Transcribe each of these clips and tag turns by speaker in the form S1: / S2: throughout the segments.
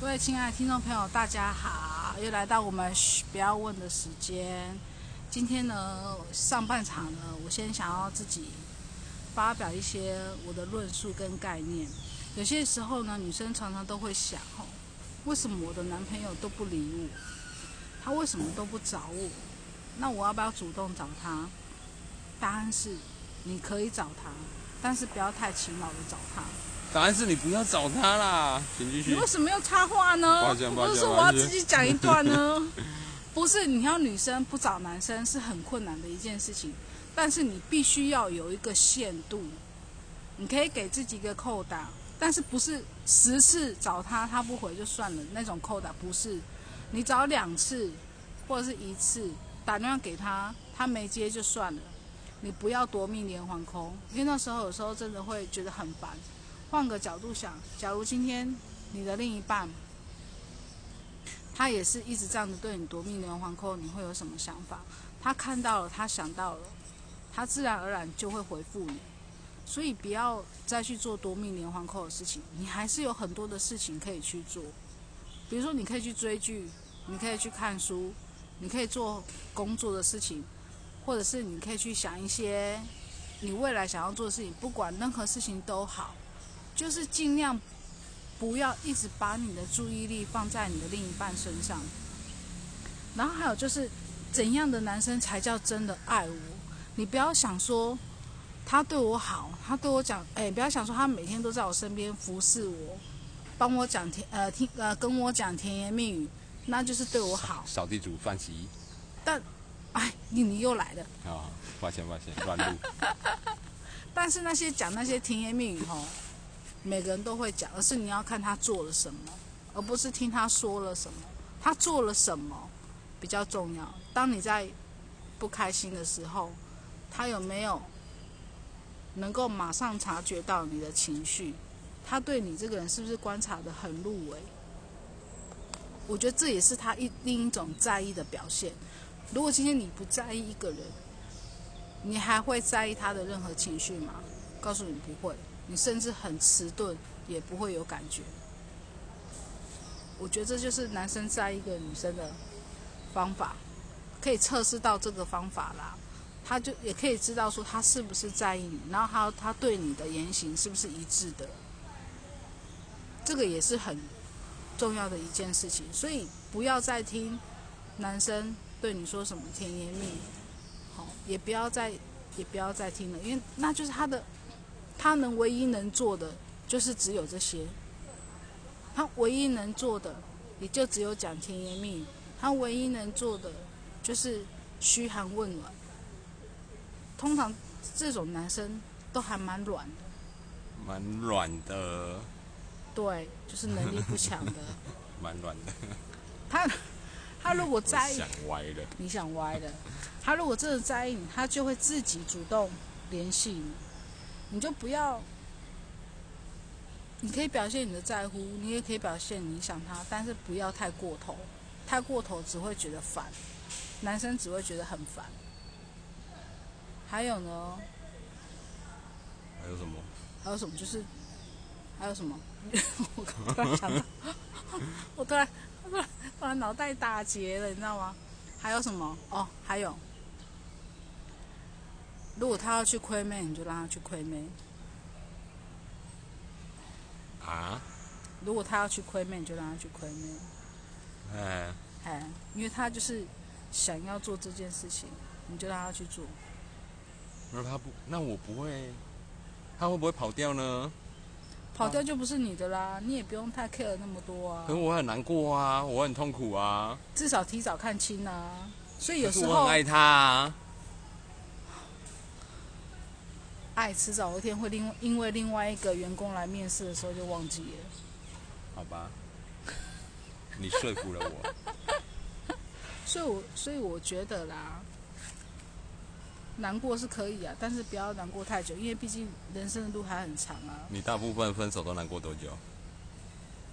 S1: 各位亲爱的听众朋友，大家好，又来到我们嘘不要问的时间。今天呢，上半场呢，我先想要自己发表一些我的论述跟概念。有些时候呢，女生常常都会想，哦，为什么我的男朋友都不理我？他为什么都不找我？那我要不要主动找他？答案是，你可以找他，但是不要太勤劳的找他。
S2: 答案是你不要找他啦，请继
S1: 你
S2: 续
S1: 为。什么要插话呢
S2: 抱？歉抱
S1: 哦不
S2: 歉
S1: 是我要自己讲一段 呢？不是，你要女生不找男生是很困难的一件事情，但是你必须要有一个限度，你可以给自己一个扣打，但是不是十次找他他不回就算了那种扣打，不是，你找两次或者是一次打电话给他，他没接就算了，你不要夺命连环扣，因为那时候有时候真的会觉得很烦。换个角度想，假如今天你的另一半，他也是一直这样子对你夺命连环扣，你会有什么想法？他看到了，他想到了，他自然而然就会回复你。所以不要再去做夺命连环扣的事情，你还是有很多的事情可以去做，比如说你可以去追剧，你可以去看书，你可以做工作的事情，或者是你可以去想一些你未来想要做的事情，不管任何事情都好。就是尽量不要一直把你的注意力放在你的另一半身上。然后还有就是，怎样的男生才叫真的爱我？你不要想说他对我好，他对我讲，哎，不要想说他每天都在我身边服侍我，帮我讲甜呃听呃跟我讲甜言蜜语，那就是对我好。
S2: 扫地煮饭洗衣。
S1: 哎，你你又来了。
S2: 啊，抱歉抱歉，乱录。
S1: 但是那些讲那些甜言蜜语吼，每个人都会讲，而是你要看他做了什么，而不是听他说了什么。他做了什么比较重要。当你在不开心的时候，他有没有能够马上察觉到你的情绪？他对你这个人是不是观察得很入微？我觉得这也是他一另一种在意的表现。如果今天你不在意一个人，你还会在意他的任何情绪吗？告诉你不会，你甚至很迟钝也不会有感觉。我觉得这就是男生在意一个女生的方法，可以测试到这个方法啦。他就也可以知道说他是不是在意你，然后他他对你的言行是不是一致的，这个也是很重要的一件事情。所以不要再听男生对你说什么甜言蜜语，好，也不要再也不要再听了，因为那就是他的，他能唯一能做的就是只有这些，他唯一能做的也就只有讲甜言蜜语，他唯一能做的就是嘘寒问暖。通常这种男生都还蛮软的，
S2: 蛮软的，
S1: 对，就是能力不强的。
S2: 蛮软 的。
S1: 他他如果
S2: 我
S1: 在意
S2: 想歪了。
S1: 你想歪的。他如果真的在意你，他就会自己主动联系你，你就不要。你可以表现你的在乎，你也可以表现你想他，但是不要太过头，太过头只会觉得烦，男生只会觉得很烦。还有呢，
S2: 还有什么？
S1: 还有什么？就是还有什么？ 我突然想到， 我突然突然突然脑袋打结了，你知道吗？还有什么？哦，还有，如果他要去亏妹，你就让他去亏妹；
S2: 啊？
S1: 如果他要去亏妹，你就让他去亏妹。
S2: 哎，
S1: 哎，因为他就是想要做这件事情，你就让他去做。
S2: 那他不，那我不会，他会不会跑掉呢？
S1: 跑掉就不是你的啦，你也不用太 care 那么多啊
S2: 可是，我很难过啊，我很痛苦啊，
S1: 至少提早看清啊。所以有
S2: 可是
S1: 时
S2: 我很
S1: 候
S2: 爱他啊。
S1: 爱迟早有一天会另因为另外一个员工来面试的时候就忘记了。
S2: 好吧，你说服了 我。
S1: 所以我所以我觉得啦，难过是可以啊，但是不要难过太久，因为毕竟人生的路还很长啊。
S2: 你大部分分手都难过多久？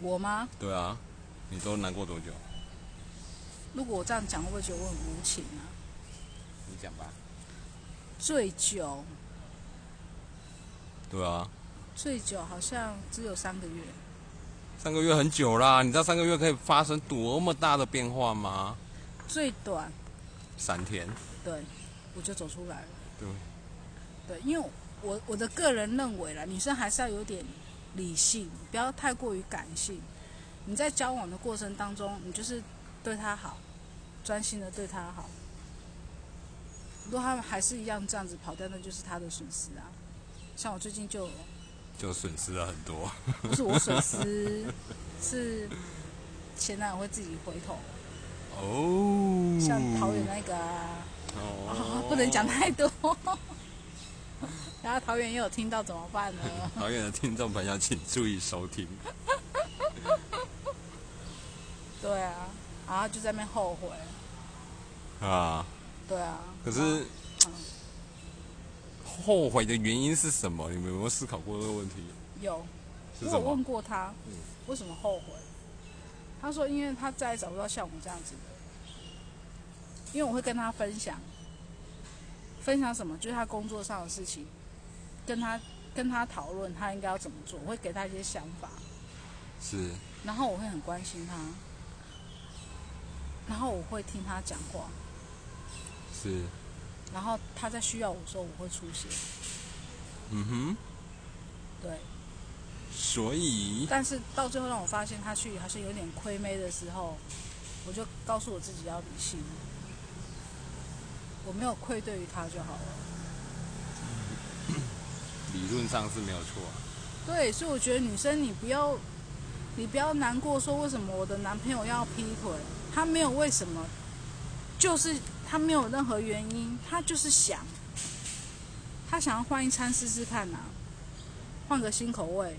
S1: 我吗？
S2: 对啊，你都难过多久？
S1: 如果我这样讲，会不会觉得我很无情啊？
S2: 你讲吧。
S1: 最久
S2: 对啊，
S1: 最久好像只有三个月，
S2: 三个月很久啦，你知道三个月可以发生多么大的变化吗？
S1: 最短
S2: 闪田，
S1: 对，我就走出来了。
S2: 对，
S1: 对，因为我我的个人认为啦，女生还是要有点理性，不要太过于感性。你在交往的过程当中，你就是对她好，专心的对她好。如果他们还是一样这样子跑掉，那就是他的损失啊。像我最近就
S2: 就损失了很多。
S1: 不是我损失， 是前男友会自己回头，
S2: 哦，
S1: 像桃园那个啊。啊
S2: 哦，
S1: 不能讲太多。然后桃园也有听到怎么办呢？
S2: 桃园的听众朋友，请注意收听。
S1: 对啊，然后就在那边后悔。
S2: 啊，
S1: 对啊，
S2: 可是、后悔的原因是什么？你们有没有思考过这个问题？
S1: 有，
S2: 是
S1: 我
S2: 什
S1: 有问
S2: 么？
S1: 过他
S2: 嗯，
S1: 为什么后悔？他说，因为他再也找不到像我这样子的。因为我会跟他分享，分享什么？就是他工作上的事情，跟他跟他讨论他应该要怎么做，我会给他一些想法。
S2: 是
S1: 然后我会很关心他，然后我会听他讲话，
S2: 是，
S1: 然后他在需要我的时候，我会出现。
S2: 嗯哼，
S1: 对，
S2: 所以
S1: 但是到最后让我发现他去好像有点亏妹的时候，我就告诉我自己要理性，我没有愧对于他就好了。
S2: 理论上是没有错、啊。
S1: 对，所以我觉得女生你不要，你不要难过，说为什么我的男朋友要劈腿，他没有为什么，就是他没有任何原因，他就是想，他想要换一餐试试看呐、换个新口味。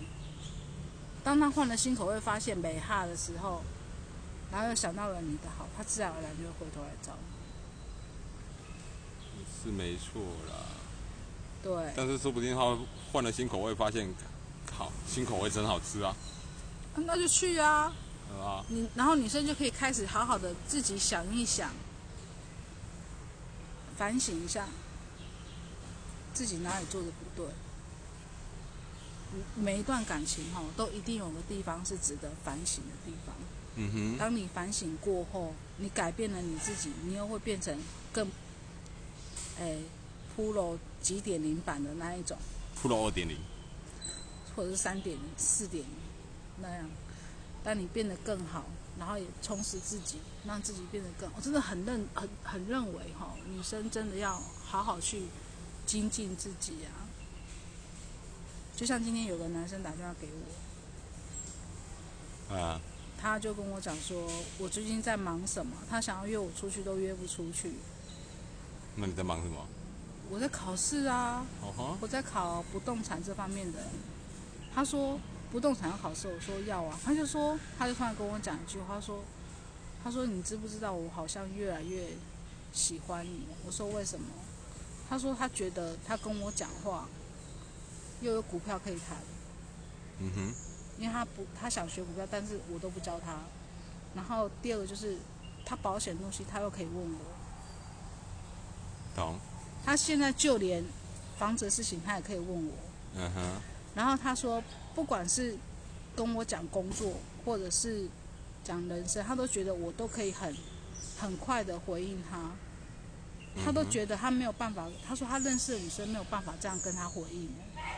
S1: 当他换了新口味，发现没哈的时候，然后又想到了你的好，他自然而然就会回头来找你。
S2: 是没错啦，
S1: 对，
S2: 但是说不定他换了新口味，发现好新口味真好吃啊，
S1: 那就去啊。
S2: 嗯啊，
S1: 你然后女生就可以开始好好的自己想一想，反省一下自己哪里做的不对。嗯每一段感情哈，都一定有个地方是值得反省的地方。
S2: 嗯哼，
S1: 当你反省过后，你改变了你自己，你又会变成更，哎，pro 几点零版的那一种。
S2: 骷髅二点零，
S1: 或者是三点零、四点零那样，让你变得更好，然后也充实自己，让自己变得更。我真的很认、很很认为哈，女生真的要好好去精进自己啊。就像今天有个男生打电话给我，
S2: 啊，
S1: 他就跟我讲说，我最近在忙什么，他想要约我出去都约不出去。
S2: 那你在忙什么？
S1: 我在考试啊，
S2: 哦哈，
S1: 我在考不动产这方面的。他说不动产要考试，我说要啊。他就说，他就突然跟我讲一句话，他说，他说你知不知道我好像越来越喜欢你？我说为什么？他说他觉得他跟我讲话，又有股票可以谈，
S2: 嗯哼，
S1: 因为他不他想学股票，但是我都不教他。然后第二个就是他保险的东西，他又可以问我。
S2: 懂，
S1: 他现在就连房子的事情，他也可以问我。
S2: 嗯哼，
S1: 然后他说，不管是跟我讲工作，或者是讲人生，他都觉得我都可以很很快的回应他。他
S2: 嗯
S1: 都觉得他没有办法，他说他认识的女生没有办法这样跟他回应。
S2: 啊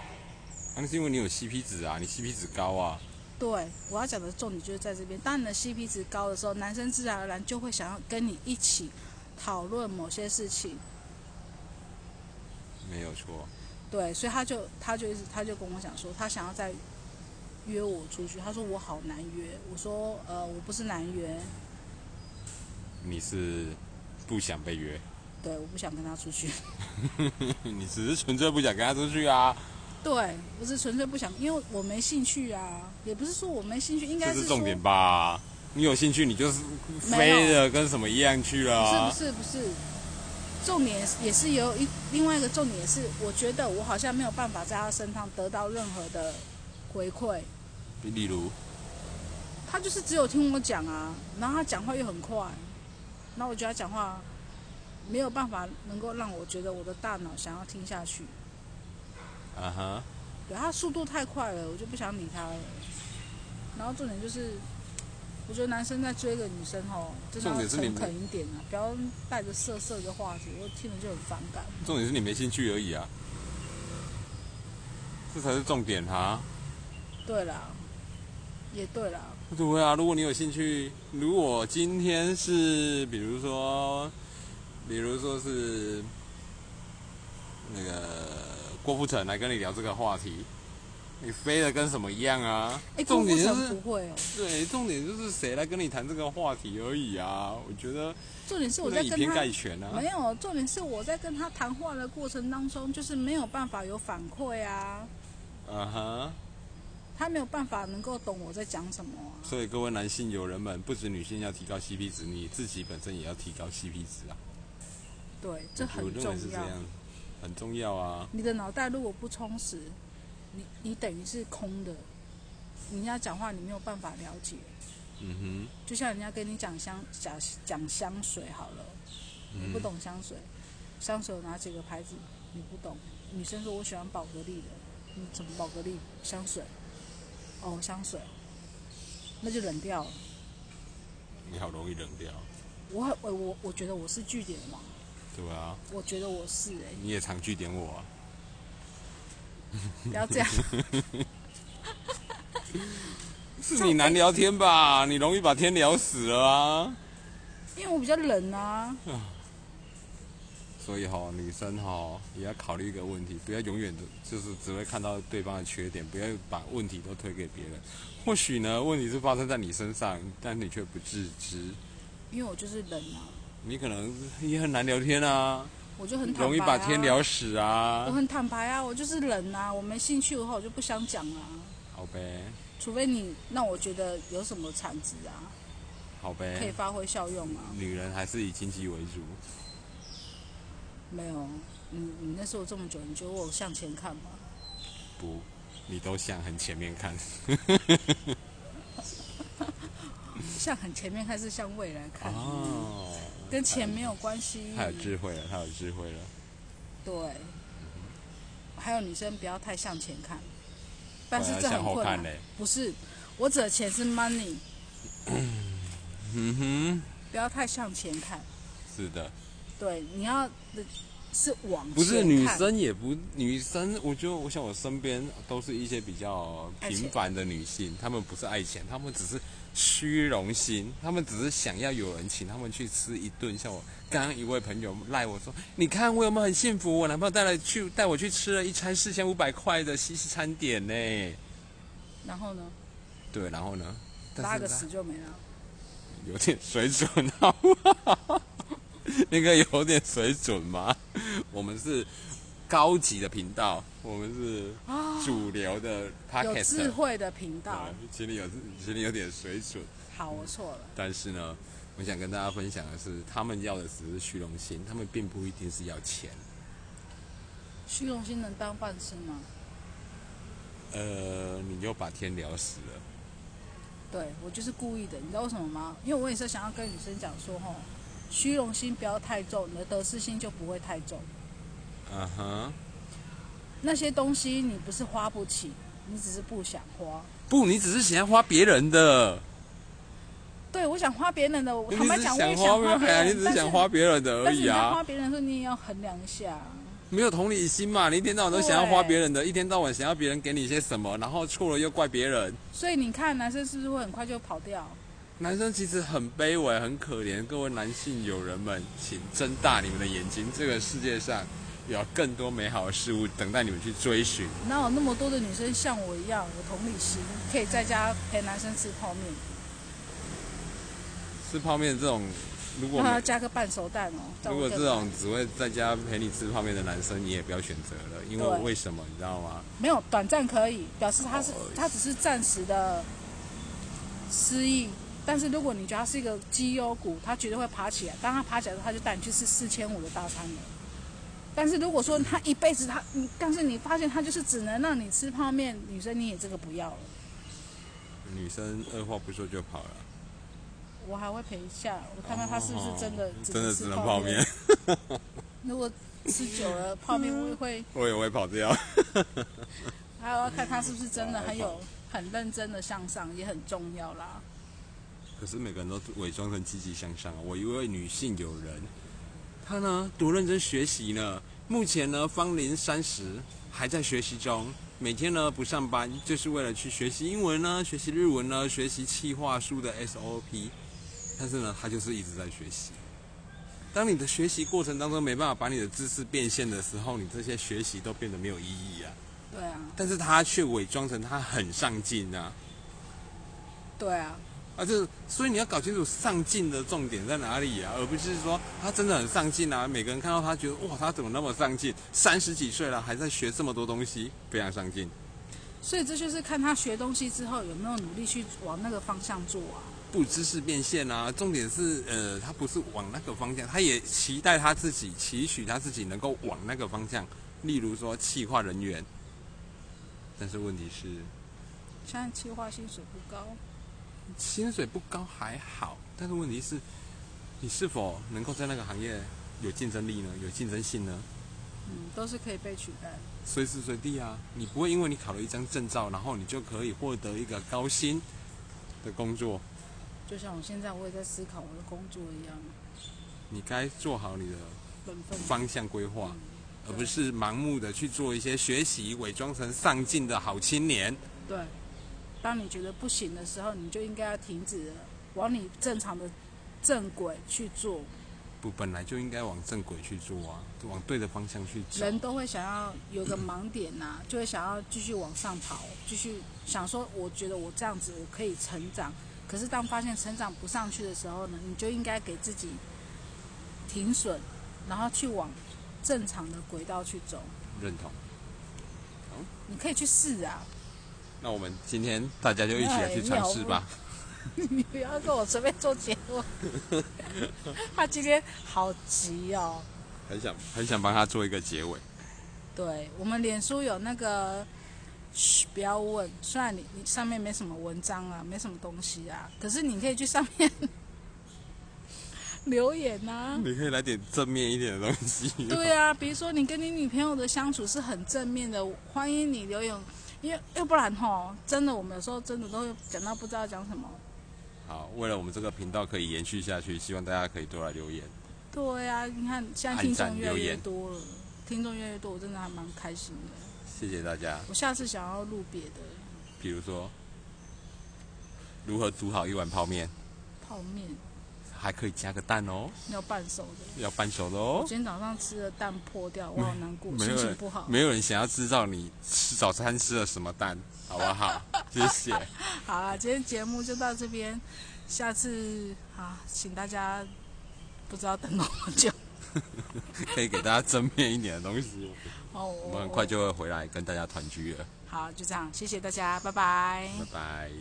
S2: 那、是因为你有 CP 值啊，你 CP 值高啊，
S1: 对，我要讲的重点就是在这边。当你的 CP 值高的时候，男生自然而然就会想要跟你一起讨论某些事情。
S2: 没有错，
S1: 对，所以他就他就一直他就跟我讲说，他想要再约我出去。他说我好难约。我说呃，我不是难约，
S2: 你是不想被约，
S1: 对，我不想跟他出去。
S2: 你只是纯粹不想跟他出去啊，
S1: 对，我是纯粹不想，因为我没兴趣啊，也不是说我没兴趣，应该
S2: 这
S1: 是
S2: 是
S1: 说
S2: 重点吧？你有兴趣，你就是飞了，跟什么一样去了、
S1: 不
S2: 啊，
S1: 是不是不是，重点也是有一另外一个重点是，我觉得我好像没有办法在他身上得到任何的回馈，
S2: 例如，
S1: 他就是只有听我讲啊，然后他讲话又很快，然后我觉得他讲话没有办法能够让我觉得我的大脑想要听下去，
S2: 啊哈，
S1: 对他速度太快了，我就不想理他了。然后重点就是，我觉得男生在追一个女生吼，真的
S2: 重
S1: 要
S2: 点是你
S1: 诚恳一点啊，不要带着色色的话题，我听了就很反感。
S2: 重点是你没兴趣而已啊，这才是重点啊。
S1: 对啦，也对啦，
S2: 对啊，如果你有兴趣，如果今天是比如说，比如说是那个郭富城来跟你聊这个话题，你飞的跟什么一样啊？
S1: 哎，郭
S2: 重
S1: 富
S2: 点就
S1: 城
S2: 是
S1: 不会哦。
S2: 对，重点就是谁来跟你谈这个话题而已啊。我觉得
S1: 重点是
S2: 不
S1: 我
S2: 能
S1: 在
S2: 以
S1: 跟
S2: 偏
S1: 他
S2: 概全啊
S1: 没。有，哦重点是我在跟他谈话的过程当中，就是没有办法有反馈啊，
S2: 嗯哼，
S1: 他没有办法能够懂我在讲什么啊、
S2: 所以各位男性友人们，不止女性要提高 CP 值，你自己本身也要提高 CP 值啊。
S1: 对，这很
S2: 我认
S1: 重
S2: 为是这
S1: 要。
S2: 样，很重要啊。
S1: 你的脑袋如果不充实，你你等于是空的，人家讲话你没有办法了解。
S2: 嗯
S1: 就像人家跟你讲香讲讲香水好了，
S2: 哼，
S1: 你
S2: 嗯
S1: 不懂香水，香水有哪几个牌子你不懂？女生说我喜欢宝格丽的，你怎么宝格丽香水？哦，香水，那就冷掉了。
S2: 你好容易冷掉，
S1: 我很我我我觉得我是据点王，
S2: 对啊，
S1: 我觉得我是哎、
S2: 你也常据点我啊，
S1: 不要 这样，
S2: 是你难聊天吧？你容易把天聊死了啊。
S1: 因为我比较冷啊。
S2: 所以哈、女生哈、也要考虑一个问题，不要永远的，就是只会看到对方的缺点，不要把问题都推给别人。或许呢，问题是发生在你身上，但你却不自知，
S1: 因为我就是冷啊，
S2: 你可能也很难聊天啊，
S1: 我就很坦白、啊、
S2: 容易把天聊死
S1: 我
S2: 啊。
S1: 很坦白啊，我就是冷啊，我没兴趣的话我就不想讲啦、
S2: 好呗，
S1: 除非你让我觉得有什么产值啊，
S2: 好
S1: 可以
S2: 呗，
S1: 发挥效用啊。
S2: 女人还是以经济为主。
S1: 没有，你你那时候这么久，你觉得我有向前看吗？
S2: 不，你都想很前面看。
S1: 向很前面看是向未来看，
S2: 哦，
S1: 跟钱没有关系。
S2: 他有智慧了，他有智慧了。
S1: 对，还有女生不要太向前看，但是
S2: 我还
S1: 这很
S2: 向后
S1: 困
S2: 看
S1: 难。
S2: 嘞
S1: 不是，我指的钱是 money，
S2: 嗯
S1: 不要太向前看。
S2: 哼，是的，
S1: 对，你要是往前
S2: 不是女
S1: 看
S2: 生也不女生，我觉得我想我身边都是一些比较平凡的女性，她们不是爱钱，她们只是虚荣心，她们只是想要有人请她们去吃一顿。像我刚刚一位朋友赖我说，你看我有没有很幸福？我男朋友带了去带我去吃了一餐四千五百块的西式餐点呢。
S1: 然后呢，
S2: 对，然后呢？但
S1: 拉
S2: 是
S1: 个
S2: 她
S1: 屎就没了。
S2: 有点水准，好不好？那个有点水准吗？我们是高级的频道，我们是主流的
S1: 有
S2: podcast，
S1: 智慧啊的频道
S2: 对，请你有请你有点水准。
S1: 好，我错了。
S2: 但是呢，我想跟大家分享的是，他们要的只是虚荣心，他们并不一定是要钱。
S1: 虚荣心能当饭吃吗？
S2: 呃，你又把天聊死了。
S1: 对我就是故意的，你知道为什么吗？因为我也是想要跟女生讲说，吼，虚荣心不要太重，你的得失心就不会太重。
S2: 嗯哼，
S1: 那些东西你不是花不起，你只是不想花。
S2: 不，你只是想要花别人的，
S1: 对，我想花别人的，我
S2: 你
S1: 坦白
S2: 只是
S1: 讲，我也
S2: 想花
S1: 想花
S2: 别
S1: 别
S2: 人，哎呀，
S1: 人，
S2: 你只是想花别人的
S1: 但是
S2: 而
S1: 但是
S2: 已
S1: 你
S2: 啊
S1: 要。花别人的时候，你也要衡量一下。
S2: 没有同理心嘛？你一天到晚都想要
S1: 对
S2: 花别人的，一天到晚想要别人给你一些什么，然后错了又怪别人。
S1: 所以你看，男生是不是会很快就跑掉？
S2: 男生其实很卑微，很可怜。各位男性友人们，请睁大你们的眼睛，这个世界上有更多美好的事物等待你们去追寻。
S1: 哪有那么多的女生像我一样有同理心，可以在家陪男生吃泡面，
S2: 吃泡面这种，如果
S1: 然后
S2: 没
S1: 要加个半熟蛋哦。在我
S2: 如果
S1: 更
S2: 这种只会在家陪你吃泡面的男生，你也不要选择了，因为
S1: 对
S2: 为什么你知道吗？
S1: 没有短暂可以，表示他是
S2: 哦
S1: 他只是暂时的失忆。但是如果你觉得他是一个绩优股，他绝对会爬起来。当他爬起来的时候，他就带你去吃四千五的大餐了。但是如果说他一辈子他，你但是你发现他就是只能让你吃泡面，女生你也这个不要了。
S2: 女生二话不说就跑了，
S1: 我还会陪一下，我看看他是不是真的
S2: 哦
S1: 只
S2: 真的
S1: 吃
S2: 只能
S1: 泡
S2: 泡面，，
S1: 如果吃久了泡面，我也会
S2: 我也会跑掉。
S1: 还要看他是不是真的很有很认真的向上也很重要啦。
S2: 可是每个人都伪装成积极向上啊。我一位女性友人，她呢多认真学习呢，目前呢芳龄三十，还在学习中。每天呢不上班，就是为了去学习英文呢，学习日文呢，学习企划书的 SOP。但是呢，她就是一直在学习。当你的学习过程当中没办法把你的知识变现的时候，你这些学习都变得没有意义啊。
S1: 对啊，
S2: 但是她却伪装成她很上进啊。
S1: 对啊，
S2: 啊，这所以你要搞清楚上进的重点在哪里啊，而不是说他真的很上进啊。每个人看到他觉得哇，他怎么那么上进？三十几岁了还在学这么多东西，非常上进。
S1: 所以这就是看他学东西之后有没有努力去往那个方向做啊。
S2: 不知识变现啊，重点是呃，他不是往那个方向，他也期待他自己，期许他自己能够往那个方向。例如说，企划人员，但是问题是
S1: 现在企划薪水不高，
S2: 薪水不高还好，但是问题是，你是否能够在那个行业有竞争力呢？有竞争性呢？
S1: 嗯，都是可以被取代的。
S2: 随时随地啊，你不会因为你考了一张证照，然后你就可以获得一个高薪的工作。
S1: 就像我现在我也在思考我的工作一样，
S2: 你该做好你的
S1: 本分。
S2: 方向规划，而
S1: 对
S2: 不是盲目的去做一些学习，伪装成上进的好青年。
S1: 对，当你觉得不行的时候，你就应该要停止了，往你正常的正轨去做。
S2: 不，本来就应该往正轨去做啊，往对的方向去走。
S1: 人都会想要有个盲点呐、就会想要继续往上跑，继续想说，我觉得我这样子我可以成长。可是当发现成长不上去的时候呢，你就应该给自己停损，然后去往正常的轨道去走。
S2: 认同。
S1: 你可以去试啊，
S2: 那我们今天大家就一起来去
S1: 嗯
S2: 尝试吧。
S1: 你不要跟我随便做结论。他今天好急哦。
S2: 很想很想帮他做一个结尾。
S1: 对我们脸书有那个，嘘，不要问。虽然你你上面没什么文章啊，没什么东西啊，可是你可以去上面 留言啊。
S2: 你可以来点正面一点的东西。
S1: 对啊，比如说你跟你女朋友的相处是很正面的，欢迎你留言，因为要不然吼，真的我们有时候真的都会讲到不知道讲什么。
S2: 好，为了我们这个频道可以延续下去，希望大家可以多来留言。
S1: 对呀、啊，你看现在
S2: 按
S1: 听
S2: 赞
S1: 众越来
S2: 留
S1: 越
S2: 言
S1: 多了，听众越来越多，我真的还蛮开心的。
S2: 谢谢大家。
S1: 我下次想要录别的
S2: 比如说，如何煮好一碗泡面，
S1: 泡面，
S2: 还可以加个蛋哦，
S1: 要半熟的。
S2: 要半熟的
S1: 我
S2: 哦。
S1: 今天早上吃的蛋破掉，我好难过，
S2: 没有
S1: 心情
S2: 人
S1: 不好。
S2: 没有人想要知道你吃早餐吃了什么蛋，好不 好？谢谢，
S1: 好啦，今天节目就到这边，下次啊，请大家不知道等多久
S2: 可以给大家正面一点的东西。
S1: 哦。
S2: 我们很快就会回来跟大家团聚了，
S1: 好，就这样，谢谢大家，拜拜。
S2: 拜拜。